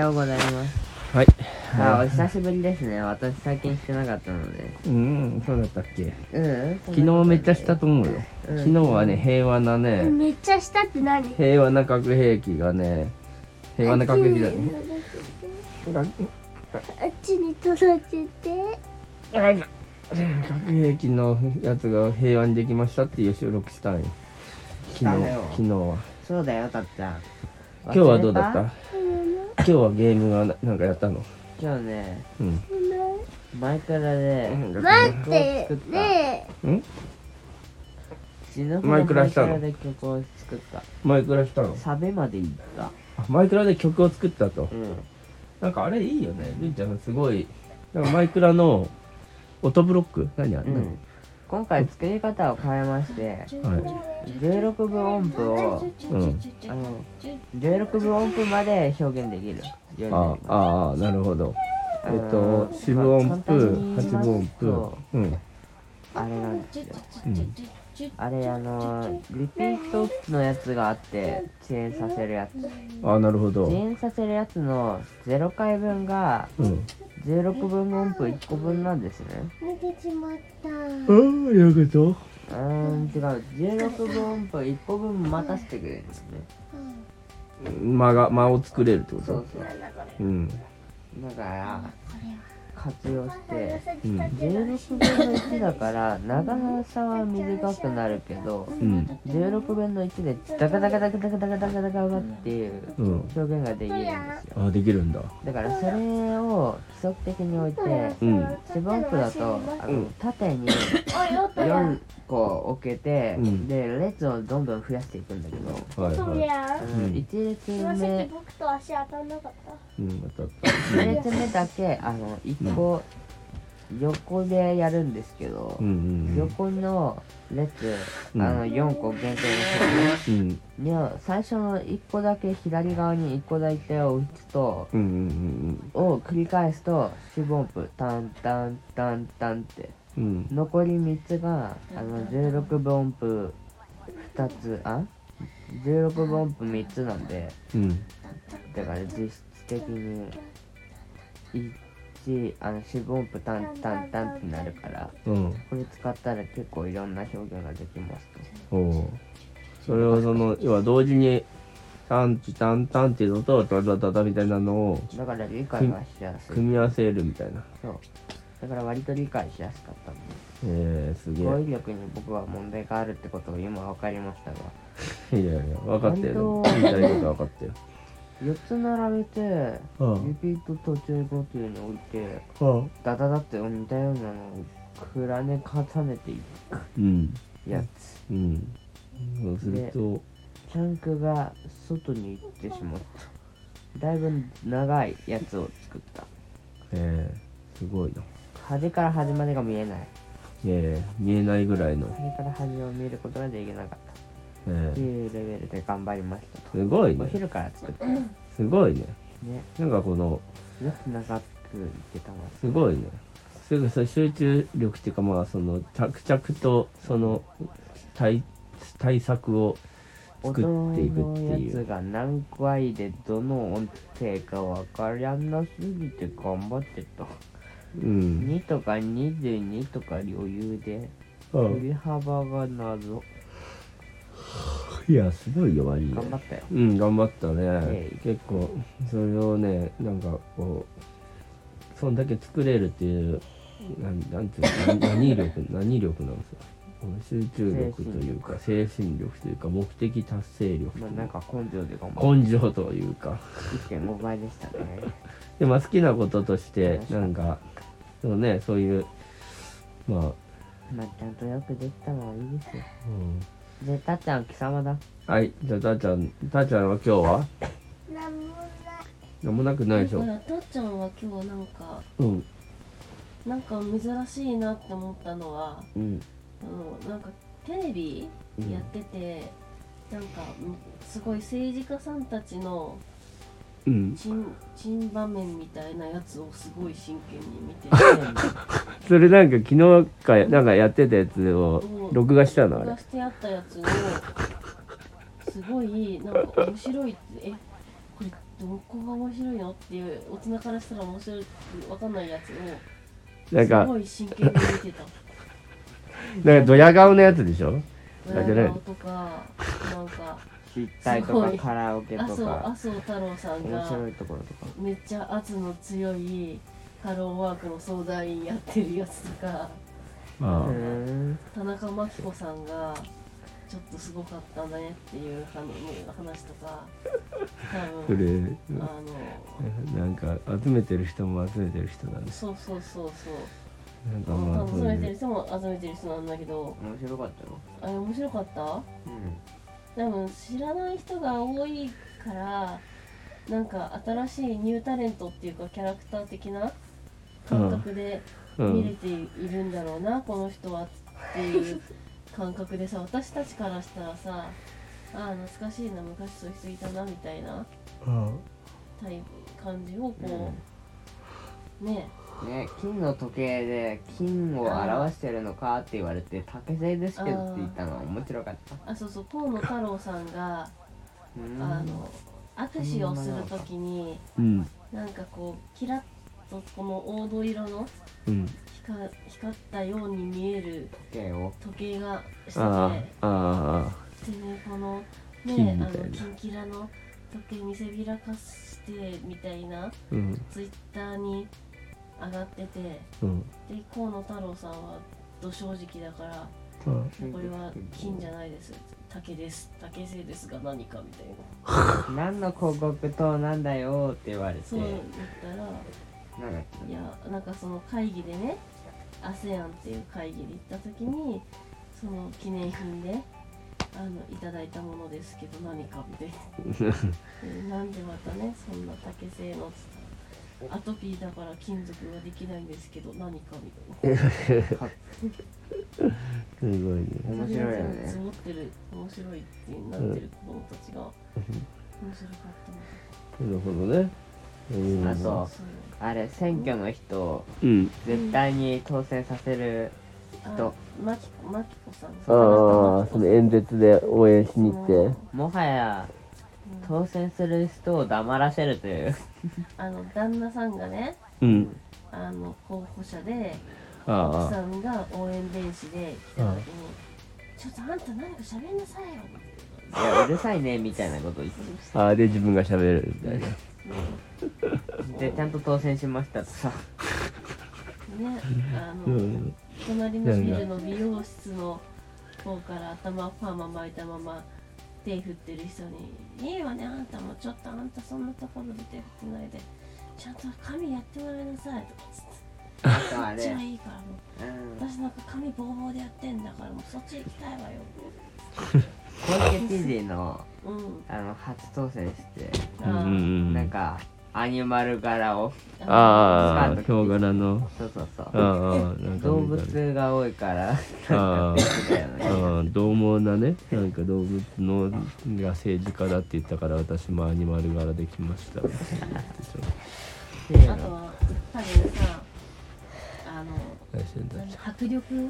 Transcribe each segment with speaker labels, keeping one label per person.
Speaker 1: ようございます。
Speaker 2: はい
Speaker 1: あ、お久しぶりですね。私最近してなかったので。
Speaker 2: うんそうだったっけ
Speaker 1: うん。
Speaker 2: 昨日めっちゃしたと思うよ、
Speaker 1: うん
Speaker 2: 昨日はね平和なね
Speaker 3: めっちゃしたって何
Speaker 2: 平和な核兵器がね平和な核兵器だね
Speaker 3: あっちに届けて
Speaker 2: 核兵器のやつが平和にできましたっていう収録したんよ昨
Speaker 1: した
Speaker 2: 日
Speaker 1: んだよ
Speaker 2: 昨日は
Speaker 1: そうだよ、たっちゃん。
Speaker 2: 今日はどうだった
Speaker 1: 忘れ
Speaker 2: 今日はゲームはななんかやったの
Speaker 1: 今日ね、
Speaker 2: うん
Speaker 1: マイクラで、
Speaker 3: 待っ
Speaker 1: ね
Speaker 3: てね
Speaker 2: うん
Speaker 1: 死ぬほど
Speaker 2: マイクラした
Speaker 1: マ
Speaker 2: の
Speaker 1: イクラで曲を作った。
Speaker 2: マイクラしたの
Speaker 1: サビまでいった。
Speaker 2: あマイクラで曲を作ったと
Speaker 1: うん。
Speaker 2: なんかあれいいよねるいちゃんすごいなんかマイクラの音ブロック何あ
Speaker 1: う
Speaker 2: れ、
Speaker 1: ん。今回作り方を変えまして、
Speaker 2: は
Speaker 1: 16分音符を、
Speaker 2: い、うん
Speaker 1: あの、16分音符まで表現できるようにな
Speaker 2: あ
Speaker 1: り
Speaker 2: あああなるほどえっと
Speaker 1: うん
Speaker 2: 四分音
Speaker 1: 簡単
Speaker 2: 符
Speaker 1: に言い
Speaker 2: 八
Speaker 1: ます
Speaker 2: 分音符
Speaker 1: と
Speaker 2: うん
Speaker 1: あれなんですよ。
Speaker 2: うん
Speaker 1: あれあのーリピートのやつがあって遅延させるやつ
Speaker 2: ああなるほど
Speaker 1: 遅延させるやつの0回分が
Speaker 2: うん
Speaker 1: 16分の音符1個分なんですね
Speaker 3: 出てしまった
Speaker 2: ああいうこと
Speaker 1: うーん違う16分音符1個分待たせてくれるんですね
Speaker 2: 間が間を作れるってこと
Speaker 1: そうそう
Speaker 2: うん
Speaker 1: だから活用して
Speaker 2: うん
Speaker 1: 16分の1だから長さは短くなるけど
Speaker 2: うん
Speaker 1: 16分の1でダカダカダカダカダカダカダカっていう
Speaker 2: うん
Speaker 1: 表現ができるんですよ
Speaker 2: ああできるんだ
Speaker 1: だからそれを規則的に置いて
Speaker 2: うん
Speaker 1: 四分音符だとあの縦に4個置けて、
Speaker 2: うん
Speaker 1: で列をどんどん増やしていくんだけど、
Speaker 2: はいは
Speaker 1: あ
Speaker 3: や
Speaker 1: の
Speaker 2: うん
Speaker 1: 1列
Speaker 3: 今さっ
Speaker 1: 目
Speaker 3: き僕と足当たんなかっ
Speaker 2: いうん当たった
Speaker 1: 1列目だけあの1個横でやるんですけど、
Speaker 2: うんうん
Speaker 1: 横の列あ
Speaker 2: うん
Speaker 1: の4個限定の
Speaker 2: うんうん
Speaker 1: 表には最初の1個だけ左側に1個だけを打つと
Speaker 2: うんうん
Speaker 1: を繰り返すと四分音符タンタンタンタンって
Speaker 2: うんうん
Speaker 1: 残り3つがあの16分音符2つあ16分音符3つなんで
Speaker 2: うん
Speaker 1: だから実質的に1あの四分音符タンタンタンってなるから
Speaker 2: うん
Speaker 1: これ使ったら結構いろんな表現ができますと
Speaker 2: おおそれをその要は同時にタンチタンタンっていうのとダダダダみたいなのを
Speaker 1: だから理解がしやすい
Speaker 2: 組み合わせるみたいな
Speaker 1: そうだから割と理解しやすかったんで
Speaker 2: えー、すげ
Speaker 1: 語彙力に僕は問題があるってことを今分かりましたが
Speaker 2: えいやいや分かってる
Speaker 1: 本当
Speaker 2: 言いたいことは分かってる
Speaker 1: 4つ並べて
Speaker 2: うん
Speaker 1: リピート途中ごとに置いて
Speaker 2: は
Speaker 1: ダダダって似たようなのを暗ね重ねてい
Speaker 2: うん
Speaker 1: くやつ
Speaker 2: うんそうすると
Speaker 1: チャンクが外に行ってしまっただいぶ長いやつを作った
Speaker 2: えー、すごいな
Speaker 1: 端から端までが見えない
Speaker 2: ええ見えないぐらいの
Speaker 1: 端から端を見ることができなかった
Speaker 2: え
Speaker 1: って
Speaker 2: え
Speaker 1: いうレベルで頑張りましたと
Speaker 2: すごい
Speaker 1: お
Speaker 2: ね
Speaker 1: 昼から作ったね
Speaker 2: すごいねなんかこの
Speaker 1: よく長くいけたます
Speaker 2: すごいねすぐそう集中力っていうかまあその着々とその対対策を作っていくって
Speaker 1: 音
Speaker 2: い
Speaker 1: のやつ
Speaker 2: う
Speaker 1: が何回でどの音程か分からなすぎて頑張ってた
Speaker 2: うん
Speaker 1: 2とか22とか余裕で
Speaker 2: う
Speaker 1: 振
Speaker 2: ん
Speaker 1: り幅が謎
Speaker 2: いやすごいよマジで
Speaker 1: 頑張ったよ
Speaker 2: うん頑張ったね
Speaker 1: え
Speaker 2: 結構それをねなんかこうそんだけ作れるっていうなんなんていうのな何力 何力なんですか集中力というか精神力というか目的達成力とい
Speaker 1: まあ
Speaker 2: う
Speaker 1: なん
Speaker 2: か
Speaker 1: か根性で頑張っ
Speaker 2: 根性というか
Speaker 1: た1.5倍でしたね
Speaker 2: でまあ好きなこととして
Speaker 1: 楽しかった
Speaker 2: なんかそうねそういうま
Speaker 1: まあちゃんとよくできたのはいいですよ
Speaker 2: あ、うん
Speaker 1: でたっちゃん貴様だ
Speaker 2: はいじゃあたーちゃんたーちゃんは今日は
Speaker 3: たなんもない
Speaker 2: 何もなくないでしょ
Speaker 4: だからたっちゃんは今日なんか
Speaker 2: うん
Speaker 4: なんか珍しいなって思ったのは
Speaker 2: うん
Speaker 4: あのなんかテレビやってて、なんかすごい政治家さんたちの
Speaker 2: うん
Speaker 4: 珍珍場面みたいなやつをすごい真剣に見 て
Speaker 2: それなんか昨日かなんかやってたやつを録画したのあれ
Speaker 4: 録画してあったやつをすごいなんか面白いってえこれどこが面白いのっていう大人からしたら面白いわかんないやつを
Speaker 2: なんか
Speaker 4: すごい真剣に見てた
Speaker 2: なんかドヤ顔のやつでしょだけど
Speaker 4: 親
Speaker 2: ね
Speaker 4: 顔とかなんか
Speaker 1: 失態と
Speaker 4: す
Speaker 1: か
Speaker 4: ごい
Speaker 1: カラオケと
Speaker 4: 麻生麻
Speaker 1: か
Speaker 4: 生太郎さん
Speaker 1: 面
Speaker 4: が
Speaker 1: 白いところとか
Speaker 4: めっちゃ圧の強いハローワークの相談員やってるやつとか
Speaker 2: あ
Speaker 1: へー
Speaker 4: 田中真紀子さんがちょっとすごかったねっていう話話とか
Speaker 2: あ そ
Speaker 4: 多
Speaker 2: れ
Speaker 4: 分
Speaker 2: うん
Speaker 4: あの
Speaker 2: なんか集めてる人も集めてる人なんです
Speaker 4: そうそうそうそう
Speaker 2: なんかま
Speaker 4: 多
Speaker 2: あそ
Speaker 4: 分
Speaker 2: う
Speaker 4: 集めて
Speaker 2: い
Speaker 4: る
Speaker 2: う
Speaker 4: 人も集めてる人なんだけど
Speaker 1: 面白かったよ
Speaker 4: あれ面白かった
Speaker 1: うん
Speaker 4: 多分知らない人が多いからなんか新しいニュータレントっていうかキャラクター的な感覚で
Speaker 2: う
Speaker 4: 見れ
Speaker 2: ん
Speaker 4: ているんだろうな、この人はっていう感覚でさ私たちからしたらさああ懐かしいな昔そういう人いたなみたいな
Speaker 2: あ
Speaker 4: タイプ感じをこう、ね
Speaker 1: ね金の時計で金を表してるのかって言われて竹製ですけどって言ったのは面白かった
Speaker 4: あそうそう河野太郎さんが、
Speaker 1: うん
Speaker 4: あの握手をする時に
Speaker 2: うん
Speaker 4: なんかこうキラッとこの黄土色の
Speaker 2: うん
Speaker 4: 光光ったように見える
Speaker 1: 時計を
Speaker 4: 時計がして
Speaker 2: あ
Speaker 4: て。
Speaker 2: ああ
Speaker 4: でねこのね
Speaker 2: 金み
Speaker 4: あ
Speaker 2: たいな
Speaker 4: のキンキラの時計見せびらかしてみたいな
Speaker 2: あうん
Speaker 4: ツイッターに上がっててで
Speaker 2: うん
Speaker 4: 河野太郎さんはど正直だから
Speaker 2: あ
Speaker 4: これは金じゃないです竹です竹製ですが何かみたいな
Speaker 1: 何の広告塔なんだよって言われて
Speaker 4: そう言ったら
Speaker 1: なんだっ
Speaker 4: いやなんかその会議でね ASEAN っていう会議で行った時にその記念品であのいただいたものですけど何かみたいな えーなんでまたねそんな竹製のアトピーだから金属はできないんですけど何かみたいな
Speaker 1: けか面白いよ
Speaker 2: すごいね
Speaker 4: とりあえず積
Speaker 1: ね
Speaker 4: もってる面白いってなってる子供たちが面白かっ
Speaker 2: なるほどねうん
Speaker 1: あと
Speaker 4: たそう
Speaker 1: あれ選挙の人を
Speaker 2: うん
Speaker 1: 絶対に当選させる
Speaker 4: あ
Speaker 1: と
Speaker 4: マキコマキコさん
Speaker 2: ああその演説で応援しに行って
Speaker 1: もはや当選する人を黙らせると いう
Speaker 4: あの旦那さんがね
Speaker 2: うん
Speaker 4: あの候補者で奥
Speaker 2: あ
Speaker 4: さんが応援弁士で来た時に「ちょっとあんた何か喋んなさいよ」
Speaker 1: いやうるさいねみたいなこと言っ
Speaker 2: あああで自分が喋るみたいな
Speaker 1: てでちゃんと当選しましたとさ
Speaker 4: ねあの、
Speaker 2: うん
Speaker 4: 隣のビルの美容室の方から頭パーマ巻いたまま手振ってる人に「いいわねあんたもちょっとあんたそんなところで手振ってないでちゃんと髪やってもらいなさい」とかつって
Speaker 1: あとあ
Speaker 4: 「こっち
Speaker 1: れ
Speaker 4: はいいからもう
Speaker 1: うん
Speaker 4: 私なんか髪ボーボーでやってんだからもうそっち行きたいわよ」
Speaker 1: 小池知事の
Speaker 4: うん
Speaker 1: あの初当選して
Speaker 2: う
Speaker 4: あ
Speaker 2: んう
Speaker 4: ー
Speaker 2: んう
Speaker 1: なん
Speaker 2: ん
Speaker 1: かアニマル柄を
Speaker 2: ああヒョウ柄の
Speaker 1: そうそうそ
Speaker 2: あ
Speaker 1: う
Speaker 2: あなんか
Speaker 1: 動物が多いから
Speaker 2: あ
Speaker 1: だよね
Speaker 2: ああどう猛なねなんか動物のが政治家だって言ったから私もアニマル柄できました
Speaker 1: っていう
Speaker 4: あと
Speaker 1: の
Speaker 4: は多分さあの
Speaker 2: 大変だ
Speaker 4: 迫力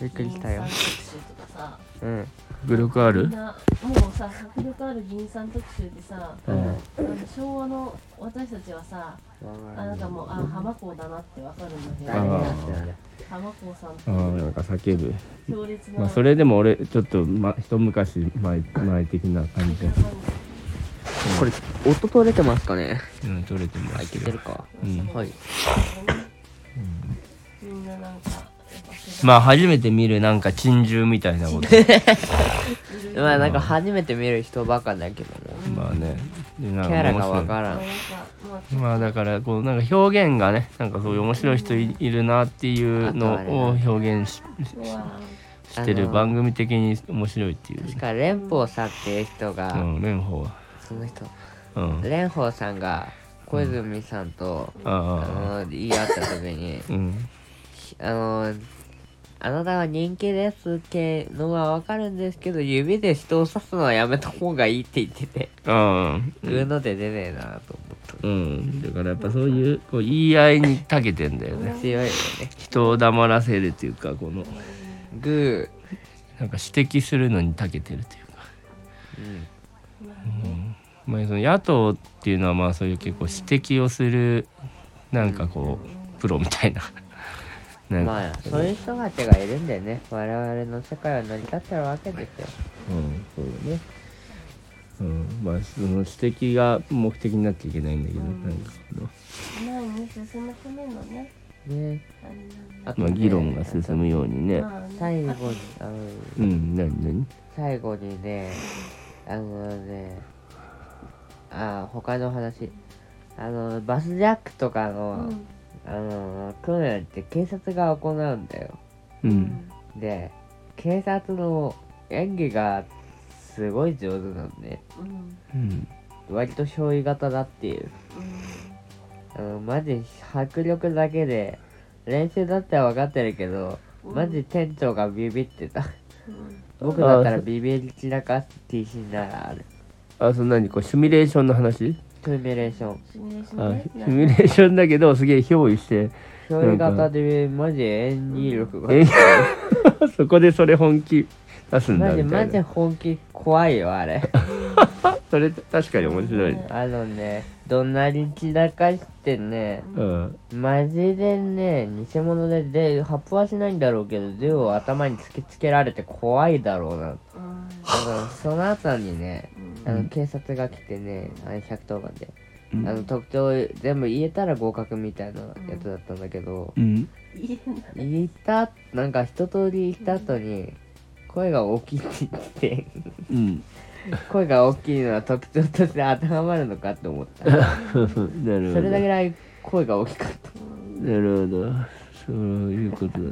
Speaker 1: びっくりしたよ
Speaker 4: 議員さん特集とかさ
Speaker 1: うん
Speaker 2: 迫力あ
Speaker 4: み
Speaker 2: る
Speaker 4: んなもうさ迫力ある議員さん特集でさ
Speaker 2: ああ
Speaker 4: あの昭和の私たちはさあなんかもうあ浜港だなってわかるんだけど
Speaker 1: 大変だったよね
Speaker 4: 浜港さんって
Speaker 2: ああなんか叫ぶ
Speaker 4: 強烈な
Speaker 2: まあそれでも俺ちょっと、ま、一昔前前的な感じで、
Speaker 1: これ音取れてますかね
Speaker 2: うん、取れてますけど
Speaker 1: か
Speaker 2: うん
Speaker 1: はい
Speaker 4: みんななんかやっぱ世代
Speaker 2: まあ初めて見るなんか珍獣みたいな こと
Speaker 1: まあなんか初めて見る人ばかだけども
Speaker 2: まあねで
Speaker 1: キ
Speaker 2: なん
Speaker 1: ャラがわ
Speaker 2: 面白い
Speaker 1: から
Speaker 4: なん
Speaker 1: ん
Speaker 4: かまあ
Speaker 2: まあだからこうなんか表現がねなんかそういう面白い人いいるなっていう
Speaker 1: あとあれ
Speaker 2: のを
Speaker 1: だね
Speaker 2: 表現し
Speaker 4: 今日は
Speaker 2: して
Speaker 1: あ
Speaker 2: る
Speaker 1: の
Speaker 2: 番組的に面白いっていう
Speaker 1: しか蓮舫さんっていう人
Speaker 2: う
Speaker 1: が
Speaker 2: ん蓮舫は
Speaker 1: その人
Speaker 2: うん
Speaker 1: 蓮舫さんが小泉さんと
Speaker 2: ああああ
Speaker 1: あの言い合った時に
Speaker 2: うん
Speaker 1: あのあなたは人気ですけのはわかるんですけど指で人を刺すのはやめた方がいいって言ってて
Speaker 2: ああ
Speaker 1: グーの手出ねえなと思った
Speaker 2: うんだからやっぱそういうこう言い合いに長けてんだよね
Speaker 1: 強いよね
Speaker 2: 人を黙らせるっていうかこの
Speaker 1: グ
Speaker 2: なんか指摘するのに長けてるというか
Speaker 1: ー、うん、
Speaker 4: まあね
Speaker 2: まあ、その野党っていうのはまあそういう結構指摘をするなんかこうプロみたいななんか、
Speaker 1: まあそういう人たちがいるんでね我々の世界は成り立ってるわけですよ
Speaker 2: うんそうだね、うん、まあその指摘が目的になっちゃいけないんだけど、
Speaker 4: うん
Speaker 2: なんかその
Speaker 4: 前に進むためのね
Speaker 1: ね
Speaker 4: あれなん
Speaker 1: あ
Speaker 4: だ
Speaker 1: と
Speaker 2: まあ、
Speaker 1: ね
Speaker 2: 議論が進むようにね、
Speaker 4: まあね
Speaker 1: 最後にあの
Speaker 2: うん何何
Speaker 1: 最後にねあのねあ他の話あのバスジャックとか
Speaker 4: う
Speaker 1: の、
Speaker 4: ん
Speaker 1: あの訓練って警察が行うんだよ
Speaker 2: う
Speaker 4: うんん
Speaker 1: で警察の演技がすごい上手なんで
Speaker 4: うん
Speaker 2: うん
Speaker 1: 割と勝利型だっていう
Speaker 4: う
Speaker 1: あのマジ迫力だけで練習だって分かってるけど
Speaker 4: うん
Speaker 1: マジ店長がビビってた
Speaker 4: ん
Speaker 1: 僕だったらビビり散らかす T シならある
Speaker 2: あその何こうシミュレーションの話
Speaker 1: シミュレーション
Speaker 4: シミュレーション
Speaker 2: あ
Speaker 4: ね
Speaker 2: シミュレーションだけどすげえ憑依して
Speaker 1: 勝利型でマジ演技力が
Speaker 2: えそこでそれ本気出すんだ
Speaker 1: マジ
Speaker 2: みた
Speaker 1: マ
Speaker 2: い
Speaker 1: ジ
Speaker 2: な
Speaker 1: 本気怖いよあれ
Speaker 2: それ確かに面白いね
Speaker 1: あのねどんなに散らかしてね
Speaker 2: うん
Speaker 1: マジでね偽物でで発砲はしないんだろうけど銃を頭に突きつけられて怖いだろうな
Speaker 4: うん
Speaker 1: だからその後にね
Speaker 4: うん
Speaker 1: あの警察が来てね、あの110番で、
Speaker 2: うん
Speaker 1: あの特徴全部言えたら合格みたいなやつだったんだけど、
Speaker 2: うん
Speaker 4: 言えない
Speaker 1: 言ったなんか一通り言った後に声が大きいって言って
Speaker 2: うん
Speaker 1: 声が大きいのは特徴として当てはまるのかって思ったそ
Speaker 2: なるほど
Speaker 1: れだけらい声が大きかった
Speaker 2: なるほどそういうことだね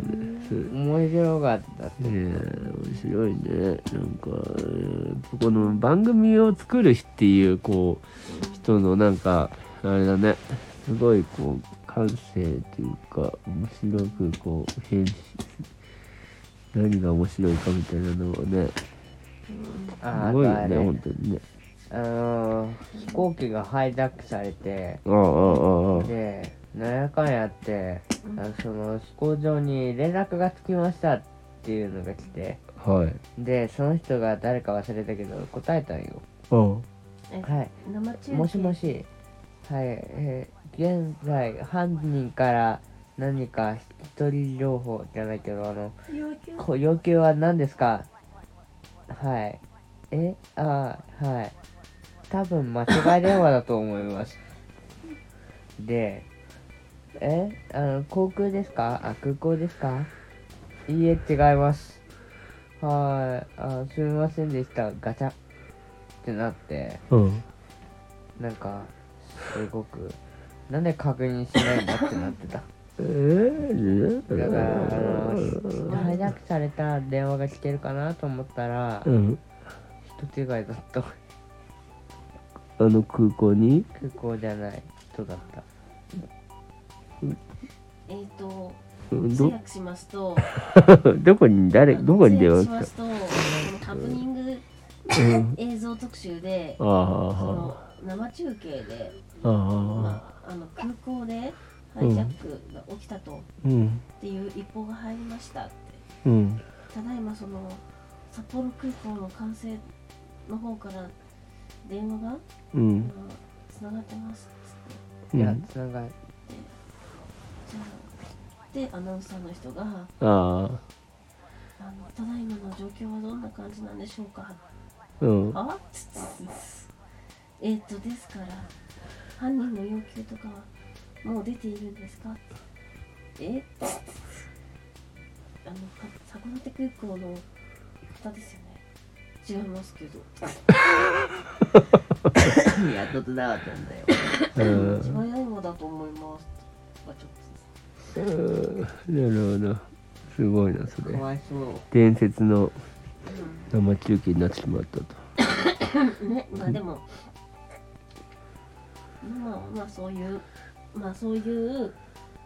Speaker 2: それ
Speaker 1: 面白かったって
Speaker 2: えー面白いねなんか、えーこの番組を作るっていうこう人のなんかあれだねすごいこう感性というか面白くこう変身何が面白いかみたいなのをね
Speaker 1: あ
Speaker 2: す
Speaker 1: あ
Speaker 2: ごい
Speaker 1: と
Speaker 2: よ
Speaker 1: あ
Speaker 2: ね
Speaker 1: れ
Speaker 2: 本当にね
Speaker 1: あのー飛行機がハイジャックされて
Speaker 2: ああああああ
Speaker 1: でなんやかんやって
Speaker 4: うん
Speaker 1: あのその飛行場に連絡がつきましたっていうのが来て
Speaker 2: はい
Speaker 1: でその人が誰か忘れたけど答えたんよ
Speaker 2: あ
Speaker 4: え
Speaker 1: はい
Speaker 4: 生中継
Speaker 1: もしもしはいえー現在犯人から何か一人情報じゃないけどあの
Speaker 4: 要求
Speaker 1: こ要求は何ですかはいえあーはい多分間違い電話だと思い ますでえあの航空ですかあ空港ですかいいえ違いますはーいあすみませんでしたガチャってなって
Speaker 2: うん
Speaker 1: なんかすごくなんで確認しないんだってなってた
Speaker 2: えー、
Speaker 1: だから、あの、ハイジャックされた電話が来てるかなと思ったら
Speaker 2: う、ん
Speaker 1: 人違いだった。
Speaker 2: あの空港に
Speaker 1: 空港じゃない人だった。
Speaker 4: えっと
Speaker 2: うん
Speaker 4: 通
Speaker 2: ど
Speaker 4: 訳しますと
Speaker 2: どこに誰どこに電話
Speaker 4: 通
Speaker 2: 来
Speaker 4: 訳しますとこのハプニング
Speaker 2: た、うん、
Speaker 4: 映像特集で
Speaker 2: ああ
Speaker 4: その生中継で、
Speaker 2: ああああ
Speaker 4: まあ、あの空港でハイジャックが起きたと、っ
Speaker 2: うん
Speaker 4: ていう一報が入りましたって
Speaker 2: うん
Speaker 4: ただいまその札幌空港の管制の方から電話が
Speaker 2: うん
Speaker 4: つながってますっつって
Speaker 2: う
Speaker 1: いや
Speaker 2: ん、
Speaker 1: つながる。
Speaker 4: じゃあでアナウンサーの人が
Speaker 2: ああ
Speaker 4: あの「ただいまの状況はどんな感じなんでしょうか?」
Speaker 2: うん
Speaker 4: あつつつえっとですから犯人の要求とかはもう出ているんですかえつつつあのか函館空港の方ですよね違いますけど
Speaker 1: やっとつながったんだよ。
Speaker 2: うん
Speaker 4: 違いもだと思いますあちょっ
Speaker 2: うんなるほどすごいなそれ
Speaker 1: かわいそう。
Speaker 2: 伝説の生中継になってしまったと
Speaker 4: とねまあでもまあまあそういうまあそういう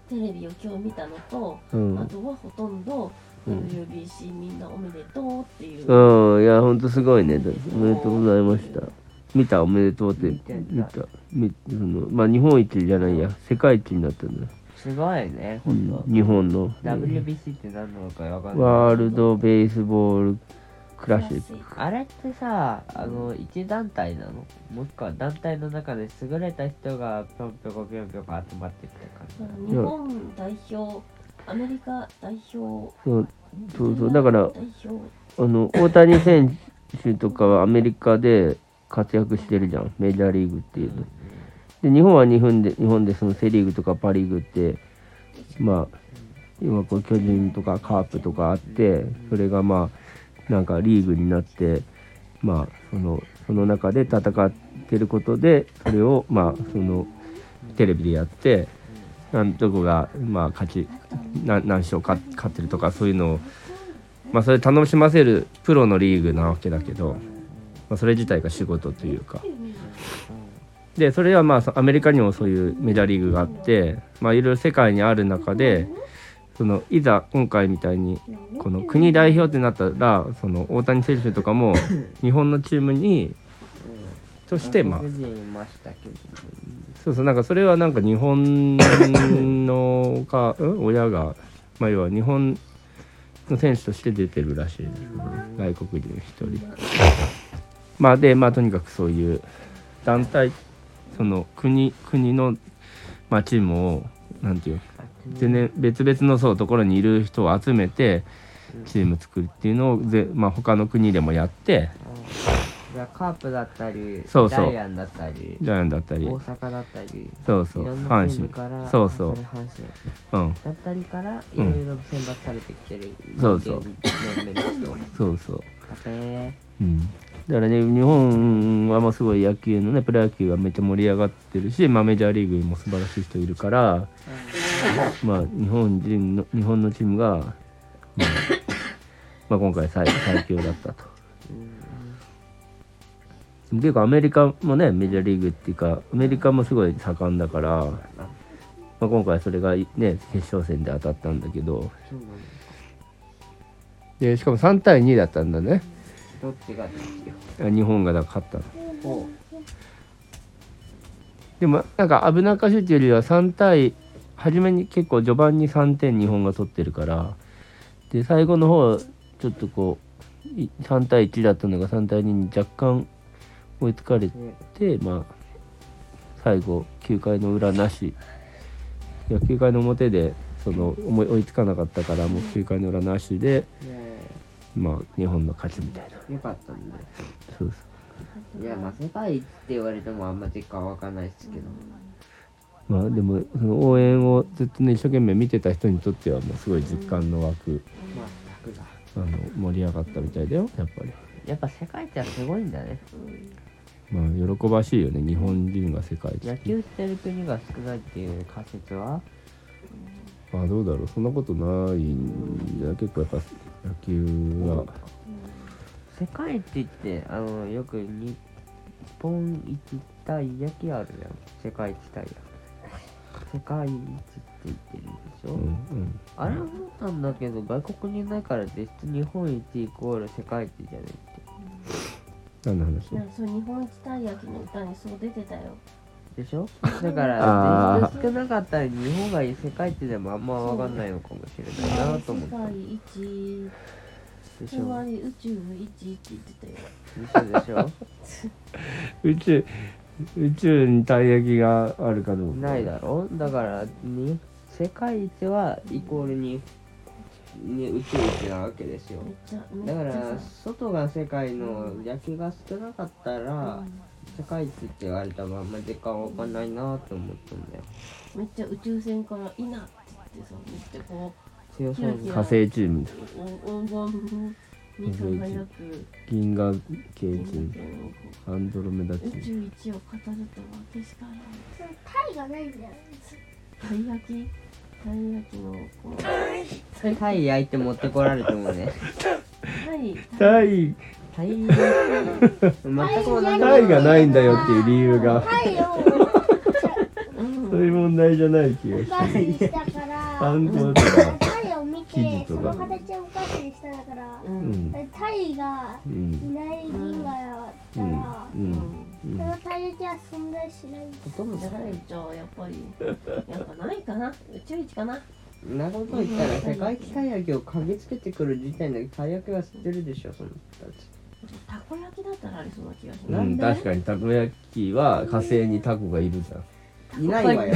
Speaker 4: テレビを今日見たのと
Speaker 2: うん
Speaker 4: あとはほとんど WBC みんなおめでとうっていう、
Speaker 2: うんいやほんとすごいねだおめでとうございました見たおめでとうって
Speaker 1: 見てん
Speaker 2: 見
Speaker 1: だ
Speaker 2: た見そのまあ日本一じゃないや世界一になったんだ、
Speaker 1: すごいね、
Speaker 2: う
Speaker 1: ほん
Speaker 2: ん
Speaker 1: と、。
Speaker 2: 日本の
Speaker 1: WBC って何なのかわかんない。
Speaker 2: ワールドベースボールクラシック
Speaker 4: ク
Speaker 1: あれってさあの一団体なのもしくは団体の中で優れた人がぴょんぴょこぴょんぴょこ集まってきた感じなの
Speaker 4: 日本代表アメリカ代表
Speaker 2: そうそうそうだから
Speaker 4: 代表
Speaker 2: あの大谷選手とかはアメリカで活躍してるじゃんメジャーリーグっていうとで日本は日本で日本でそのセ・リーグとかパ・リーグってまあ今こう巨人とかカープとかあってそれがまあなんかリーグになってまあそのその中で戦ってることでそれをまあそのテレビでやってなんどこがまあ勝ちな何勝か勝ってるとかそういうのをまあそれ楽しませるプロのリーグなわけだけど、まあ、それ自体が仕事というかでそれはまあそアメリカにもそういうメジャーリーグがあってまあいろいろ世界にある中でそのいざ今回みたいにこの国代表ってなったらその大谷選手とかも日本のチームにとしてまあ
Speaker 1: 外国人いましたけど
Speaker 2: そうそうなんかそれはなんか日本のか うん親がまあ要は日本の選手として出てるらしいですね外国人一 人まあでまあとにかくそういう団体その国国のまあチームをなんていう全然別々のそうところにいる人を集めてチーム作るっていうのをぜまあ他の国でもやって
Speaker 1: じゃあカープだったり
Speaker 2: そうそう
Speaker 1: ダイアンだったり
Speaker 2: ジャイアンだったり
Speaker 1: 大阪だったり
Speaker 2: そうそ
Speaker 1: いうろんな
Speaker 2: 阪
Speaker 1: チーム
Speaker 2: 神
Speaker 1: から
Speaker 2: そうそ
Speaker 1: あ
Speaker 2: う
Speaker 1: れ阪神
Speaker 2: うん
Speaker 1: だったりからいろ
Speaker 2: うん
Speaker 1: いろ選抜されてきてる、
Speaker 2: そうそう
Speaker 1: メンバーと
Speaker 2: そうそう
Speaker 1: だね
Speaker 2: だからね日本はもうすごい野球のねプロ野球がめっちゃ盛り上がってるし、まあ、メジャーリーグにも素晴らしい人いるから、まあ、日本人の日本のチームが、まあまあ今回最最強だったと。結構アメリカもねメジャーリーグっていうかアメリカもすごい盛んだから、まあ、今回それがね決勝戦で当たったんだけど
Speaker 1: そうなの
Speaker 2: でしかも3対2だったんだね
Speaker 1: どっちがどっちよ
Speaker 2: 日本がだから勝ったの。
Speaker 1: ほ
Speaker 2: でもなんか危なっかしいっていうよりは3対初めに結構序盤に3点日本が取ってるからで最後の方ちょっとこうい3対1だったのが3対2に若干追いつかれ
Speaker 1: うね
Speaker 2: てまあ最後9回の裏なしいや9回の表でその思い追いつかなかったからもう9回の裏なしで
Speaker 1: ね
Speaker 2: まあ日本の勝ちみたいな
Speaker 1: えよかったんだ
Speaker 2: そうそう
Speaker 1: いやまあ世界一って言われてもあんま実感わかんないですけど
Speaker 2: まあでもその応援をずっとね一生懸命見てた人にとってはもうすごい実感の湧く
Speaker 1: まあ楽だ
Speaker 2: あの盛り上がったみたいだよやっぱり
Speaker 1: やっぱ世界一はすごいんだね
Speaker 2: まあ喜ばしいよね日本人が世界一
Speaker 1: 野球してる国が少ないっていう仮説は
Speaker 2: まあどうだろうそんなことないんじゃない結構やっぱ野球は
Speaker 1: 世界一ってあのよく日本一対野球あるやん世界一対野球世界一って言ってるでしょ、
Speaker 2: うんうん
Speaker 1: あれ思ったんだけど外国にいないから実質日本一イコール世界一じゃないって
Speaker 2: 何の話
Speaker 4: なんかそう日本一たい焼きの歌にそう出てたよ
Speaker 1: で しょだから
Speaker 2: あー
Speaker 1: 実質少なかったら日本が世界一でもあんま分かんないのかもしれないなと思
Speaker 4: 世
Speaker 1: った
Speaker 4: 界一
Speaker 1: でし
Speaker 4: つま
Speaker 1: ょ
Speaker 4: り宇宙一って言ってたよ
Speaker 1: でしょでし
Speaker 2: 宇宙宇宙にたい焼きがあるかど
Speaker 1: ょ
Speaker 2: うか
Speaker 1: ないだろだからに世界一はイコールにに宇宙一なわけですよ
Speaker 4: めっちゃめ
Speaker 1: だか
Speaker 4: っちゃ
Speaker 1: ら外が世界の野球が少なかったら世界一って言われたまんま時間わかんないなと思ったんだよ
Speaker 4: めっちゃ宇宙船から「いな」って言ってさめっちゃこ
Speaker 1: 強そう
Speaker 4: キラキ
Speaker 1: に
Speaker 4: ラ
Speaker 2: 火星チーム
Speaker 4: う黄金に輝く
Speaker 2: 銀河系チ
Speaker 4: 人
Speaker 2: ーム
Speaker 4: 間をこ
Speaker 2: アンドロメダチ
Speaker 4: う宇
Speaker 2: ーム
Speaker 4: 宙一を語るとわけしかない
Speaker 3: そのタイがないんだよ。
Speaker 4: たい焼きたい焼きのこう
Speaker 1: タイ焼いて持ってこられてもね
Speaker 4: タイ
Speaker 2: タイ
Speaker 1: タイ焼き全く同じ
Speaker 2: タイがないんだよっていう理由が
Speaker 3: タイを
Speaker 4: うん
Speaker 2: そういう問題じゃない気が
Speaker 3: お
Speaker 2: して
Speaker 3: 菓子にしたから。
Speaker 2: 参考とか
Speaker 3: タイを見
Speaker 2: 生地
Speaker 3: て、
Speaker 2: と
Speaker 3: そ
Speaker 2: か
Speaker 3: の形をお菓子にしたんだから
Speaker 4: う。
Speaker 2: うんん
Speaker 3: タイが
Speaker 2: う
Speaker 3: い
Speaker 2: ん
Speaker 3: ない銀河だった
Speaker 2: う
Speaker 3: ら、
Speaker 2: んう
Speaker 4: うんん
Speaker 3: そのタイじゃ存在しない。
Speaker 1: ほとんど
Speaker 4: じゃ
Speaker 1: タ
Speaker 4: ない
Speaker 1: イ
Speaker 4: じゃあやっぱりやっぱないかな宇宙一かな
Speaker 1: んなこと言ったら世界一たい焼きを嗅ぎつけてくる時点でたい焼きは知ってるでしょその人たち
Speaker 4: たこ焼きだったらありそうな気がし
Speaker 2: う
Speaker 4: ま
Speaker 1: なん
Speaker 2: ん、
Speaker 1: で
Speaker 2: 確かにたこ焼きは火星にタコがいるじゃん
Speaker 1: いないわよ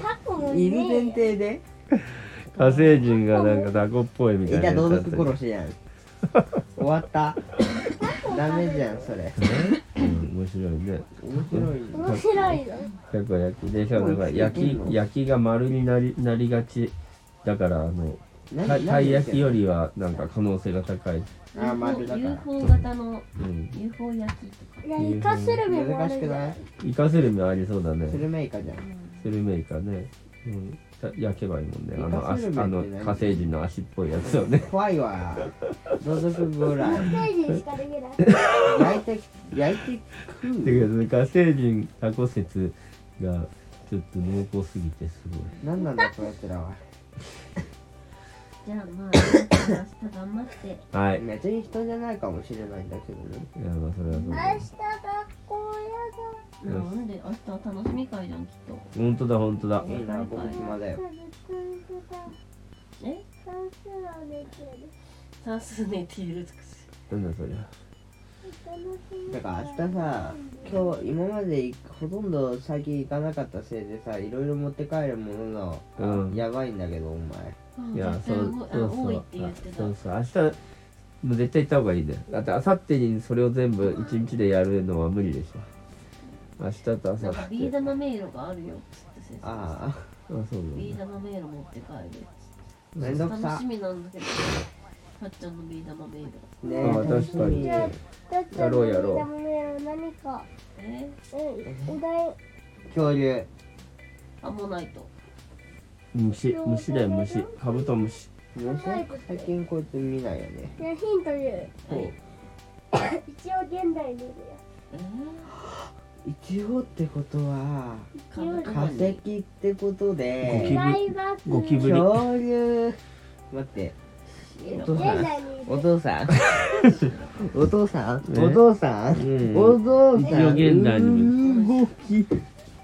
Speaker 3: タコも
Speaker 1: いる前
Speaker 3: ね
Speaker 1: 提で
Speaker 2: 火星人がなんかタコっぽいみ
Speaker 1: い
Speaker 2: たいな
Speaker 1: た
Speaker 2: やつ
Speaker 1: 動
Speaker 2: あ
Speaker 1: 物
Speaker 2: ったじゃん
Speaker 1: 殺しやん終わったダメじゃんそれ
Speaker 2: うん、面白いね
Speaker 1: 面白いね
Speaker 3: 面白いの
Speaker 2: たこ焼きでしかもなんか焼き焼きが丸になりなりがちだからあの
Speaker 1: 何
Speaker 2: た
Speaker 1: 何
Speaker 2: たい焼きよりはなんか可能性が高い、
Speaker 1: あー丸
Speaker 4: す
Speaker 1: だから
Speaker 4: UFO 型の
Speaker 2: うん
Speaker 4: UFO 焼きとか
Speaker 3: いやイカスルメもあ
Speaker 1: 難
Speaker 3: る
Speaker 1: し
Speaker 3: じ
Speaker 1: く
Speaker 3: ゃ
Speaker 1: なんい
Speaker 2: イカスルメありそうだね
Speaker 1: スルメイカじゃん
Speaker 2: スルメイカね、うん、た焼けばいいもんね
Speaker 1: イ
Speaker 2: あの
Speaker 1: カス
Speaker 2: 足
Speaker 1: ルメっ
Speaker 2: あ
Speaker 1: て
Speaker 2: の
Speaker 1: 何
Speaker 2: 火星人の足っぽいやつをね
Speaker 1: 怖いわ同族ぐらい
Speaker 3: ページしかできない
Speaker 1: 焼いて焼いて食
Speaker 2: て
Speaker 1: う
Speaker 2: いうか火星人タコ説がちょっと濃厚すぎてすごい
Speaker 1: 何なんだこやつらは
Speaker 4: じゃあまあ明日頑張って
Speaker 2: はいい
Speaker 1: 別に人じゃないかもしれないんだけどね
Speaker 2: やまあそれはそう
Speaker 3: 明
Speaker 2: だ
Speaker 3: 日学校
Speaker 2: よし
Speaker 4: なんで明日は楽しみ会じゃんきっと
Speaker 2: 本当だ本当だ
Speaker 1: いいな僕暇だ
Speaker 3: や
Speaker 1: よ
Speaker 3: だずっと言って
Speaker 4: え
Speaker 3: た算数はできる
Speaker 4: 算数寝ているとかし
Speaker 2: なんだそれ
Speaker 1: だから明日さ今日今までほとんど先行かなかったせいでさいろいろ持って帰るものの、
Speaker 2: うん
Speaker 1: やばいんだけどお前
Speaker 4: うん
Speaker 2: いや
Speaker 4: 絶
Speaker 2: そ
Speaker 4: 対
Speaker 2: う
Speaker 4: 多
Speaker 2: そう
Speaker 4: いあ多い
Speaker 2: そ
Speaker 4: っ
Speaker 2: う
Speaker 4: て言って
Speaker 2: あ
Speaker 4: た
Speaker 2: そうそう明日もう絶対行った方がいいねだって明後日にそれを全部一日でやるのは無理でしょ明日と明後日
Speaker 4: なん
Speaker 2: あ
Speaker 4: かビー玉迷路があるよっつって先生が
Speaker 1: あ
Speaker 2: そうなんだ
Speaker 4: ビー玉迷路持って帰る
Speaker 1: あめんどく
Speaker 4: 楽
Speaker 1: さ
Speaker 4: しみなんだけどかっちゃんのビー玉迷路
Speaker 1: ね
Speaker 2: あ確かに
Speaker 3: じゃあだって
Speaker 2: やろうやろう
Speaker 3: ダメだよ何か
Speaker 4: え
Speaker 3: うんお題
Speaker 1: 恐竜
Speaker 4: アンモナイト
Speaker 2: 虫虫だよ虫カブトムシ
Speaker 1: 虫最近こいつ見ないよね
Speaker 3: ねヒント言う
Speaker 1: ほ
Speaker 3: 一応現代にいるよ
Speaker 4: えー
Speaker 1: う一応ってことは
Speaker 4: カブト
Speaker 1: 化
Speaker 4: ム
Speaker 1: 石
Speaker 4: シ
Speaker 1: ってこと
Speaker 2: ゴ
Speaker 1: で
Speaker 2: キブリ
Speaker 3: 財閥
Speaker 2: ゴキブリ
Speaker 1: 恐竜待ってお父
Speaker 3: 現
Speaker 1: さん
Speaker 3: 代にいる
Speaker 1: お父さ んお父さん、
Speaker 2: ね
Speaker 1: お父さん、
Speaker 2: うん
Speaker 1: お父さん
Speaker 2: 一応現代
Speaker 1: 動
Speaker 2: に
Speaker 1: き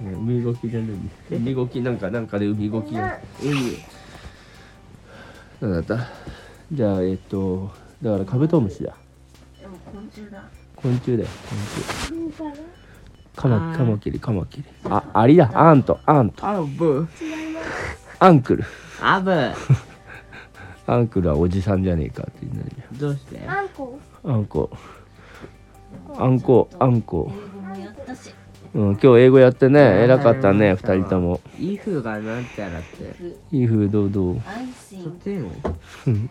Speaker 2: 海ゴキじゃない海ゴキなんかなんかで海ゴキ
Speaker 3: な
Speaker 2: やなんだったじゃあえっとだからカブトムシだ
Speaker 4: でも昆虫だ
Speaker 2: 昆虫だよ昆虫
Speaker 3: 何かな
Speaker 2: カマカマキリカマキリあアリだアントアント
Speaker 1: アブ
Speaker 2: アンクル
Speaker 1: アブ
Speaker 2: アンクルはおじさんじゃねえかってなるじ
Speaker 1: どうして
Speaker 3: あんこ
Speaker 2: ゃんあんこあんこあん
Speaker 4: 英
Speaker 2: こ
Speaker 4: 語もやったし
Speaker 2: うん今日英語やってね偉かったね二人とも
Speaker 1: イフがなんちゃらって
Speaker 2: イフどうどう
Speaker 4: アイシ
Speaker 1: そっ
Speaker 4: ン
Speaker 1: ちの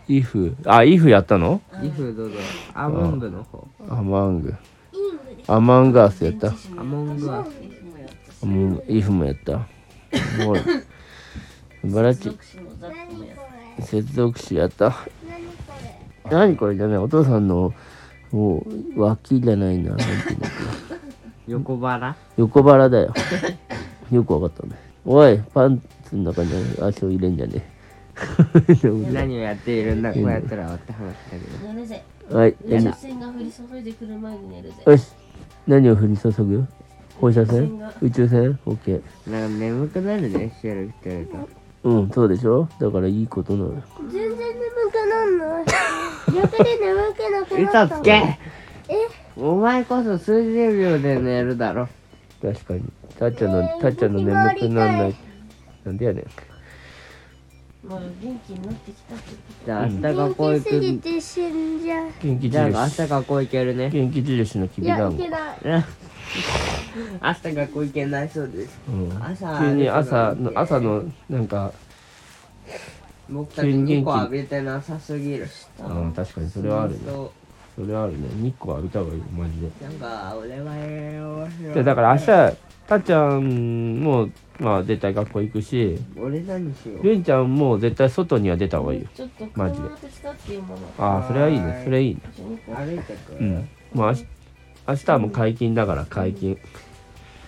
Speaker 2: イフあイフやったの
Speaker 1: イフどうぞアモングの方
Speaker 2: アマング
Speaker 3: イングリ
Speaker 2: アマンガースやった
Speaker 1: アモングア
Speaker 4: ス
Speaker 1: ス
Speaker 4: もやったし
Speaker 2: もうイフもやった。も う、バラチ、
Speaker 4: 属種のザッ
Speaker 3: 何
Speaker 4: ク
Speaker 3: これ
Speaker 4: もやった
Speaker 2: 接続詞やった。
Speaker 3: 何こ
Speaker 2: 何こ
Speaker 3: れ
Speaker 2: れじゃない、お父さんの、もう、脇じゃないな。なんていうの
Speaker 1: 横腹
Speaker 2: 横腹だよ。 よくわかったね。おい、パンツの中に足を入れんじゃねえ。
Speaker 1: 何をやっているんだこうやったらって話だけど
Speaker 4: 寝るぜ
Speaker 2: はい、
Speaker 4: 宇宙
Speaker 2: 何
Speaker 4: 船が降り注いでくる前に寝るぜ
Speaker 2: よし。何を降り注ぐ放射線宇宙船オッケー。
Speaker 1: なんか眠くなるね収録してると
Speaker 2: うん、そうでしょだからいいことなの。
Speaker 3: 全然眠くなんない逆で眠くなくな
Speaker 1: 嘘
Speaker 3: った
Speaker 1: つけ
Speaker 3: え
Speaker 1: お前こそ数十秒で寝るだろ
Speaker 2: 確かに。たっちゃんの
Speaker 3: え、ー
Speaker 2: たっちゃんの眠くならな
Speaker 3: 動き回り
Speaker 2: い。なんでやねん。
Speaker 4: まあ元気になってきたってこ
Speaker 1: じゃあ明日学校
Speaker 3: 元
Speaker 1: 行
Speaker 3: 気すぎ
Speaker 1: く
Speaker 3: て死んじゃう
Speaker 2: 元気
Speaker 1: じゃあ
Speaker 2: 印。
Speaker 1: 明日学校行けるね
Speaker 2: 元気印のき
Speaker 3: い
Speaker 2: び
Speaker 3: や
Speaker 2: だ
Speaker 3: い
Speaker 2: んご
Speaker 3: け。ない
Speaker 1: 明日学校行けないそうです
Speaker 2: うん
Speaker 1: 朝
Speaker 2: 急に
Speaker 1: 歩
Speaker 2: 朝の
Speaker 1: くの
Speaker 2: 朝のなんか、
Speaker 1: 僕たち2個浴びてなさすぎる
Speaker 2: うん、確かにそれはあるね。
Speaker 1: そ
Speaker 2: それはあるね。日光浴びた方がいいよ、マジで。
Speaker 1: うなんか俺は栄養士
Speaker 2: でだから明日、たっちゃんも、まあ絶対学校行くし、
Speaker 1: 俺何しよう
Speaker 2: るんちゃんも絶対外には出た方がいいよ。
Speaker 4: とちょっと
Speaker 2: マジで
Speaker 4: 車と来たっていうもの
Speaker 2: ああ、それはいいね。それいいね。
Speaker 4: 一緒に行こ
Speaker 1: 歩いてく、
Speaker 2: うん。もう明日、明日はもう解禁だから、解禁。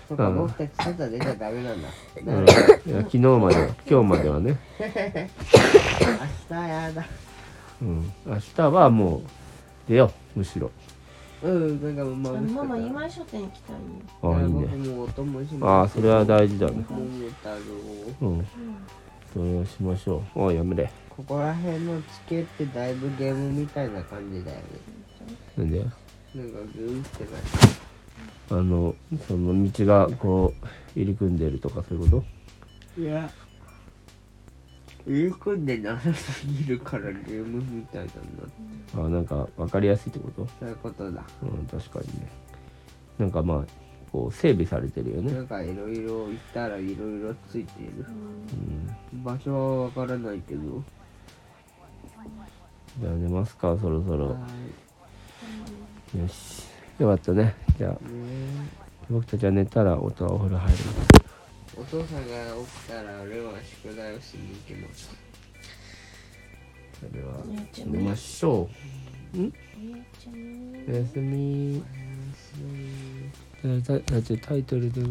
Speaker 1: そっか
Speaker 2: うん
Speaker 1: 僕たち外出ちゃダメなんだ
Speaker 2: う
Speaker 1: 明
Speaker 2: ん、いや昨日までは、今日まではね。
Speaker 1: 日やだ
Speaker 2: うん。明日はもう、出よう、むしろ。
Speaker 1: うんなんかもうま
Speaker 4: うあ
Speaker 1: ぶし
Speaker 4: のママ
Speaker 1: かっ
Speaker 4: 今井書店行きたいよ
Speaker 2: ああ、いいね。
Speaker 1: 僕もうお供し
Speaker 2: ああ、
Speaker 1: ます
Speaker 2: それは大事だね。
Speaker 1: 桃太郎
Speaker 2: うん。それをしましょうおいやめれ
Speaker 1: ここら辺の地形ってだいぶゲームみたいな感じだよね
Speaker 2: なんで
Speaker 1: なんかグーってな
Speaker 2: あのその道がこう入り組んでるとかそういうこ
Speaker 1: いや入り組んでなさすぎるからゲームみたいだな
Speaker 2: とあなんか分かりやすいってこと
Speaker 1: そういうことだ
Speaker 2: うん確かにねなんかまあこう整備されてるよ
Speaker 1: な
Speaker 2: ね
Speaker 1: んかいろいろ行ったらいろいろついている
Speaker 2: うん
Speaker 1: 場所はわからないけど
Speaker 2: じゃあ寝ますかそろそろ
Speaker 1: は
Speaker 2: よしよかったねじゃあ
Speaker 1: いね
Speaker 2: 僕たちは寝たら音はお風呂入る
Speaker 1: お父さんが起きたら俺は宿題をしに行きます
Speaker 2: それは
Speaker 4: ゆうちゃん
Speaker 2: 寝
Speaker 4: ね
Speaker 2: ましょ
Speaker 4: ゆうちゃんね
Speaker 2: うおやすみじゃあタイトルで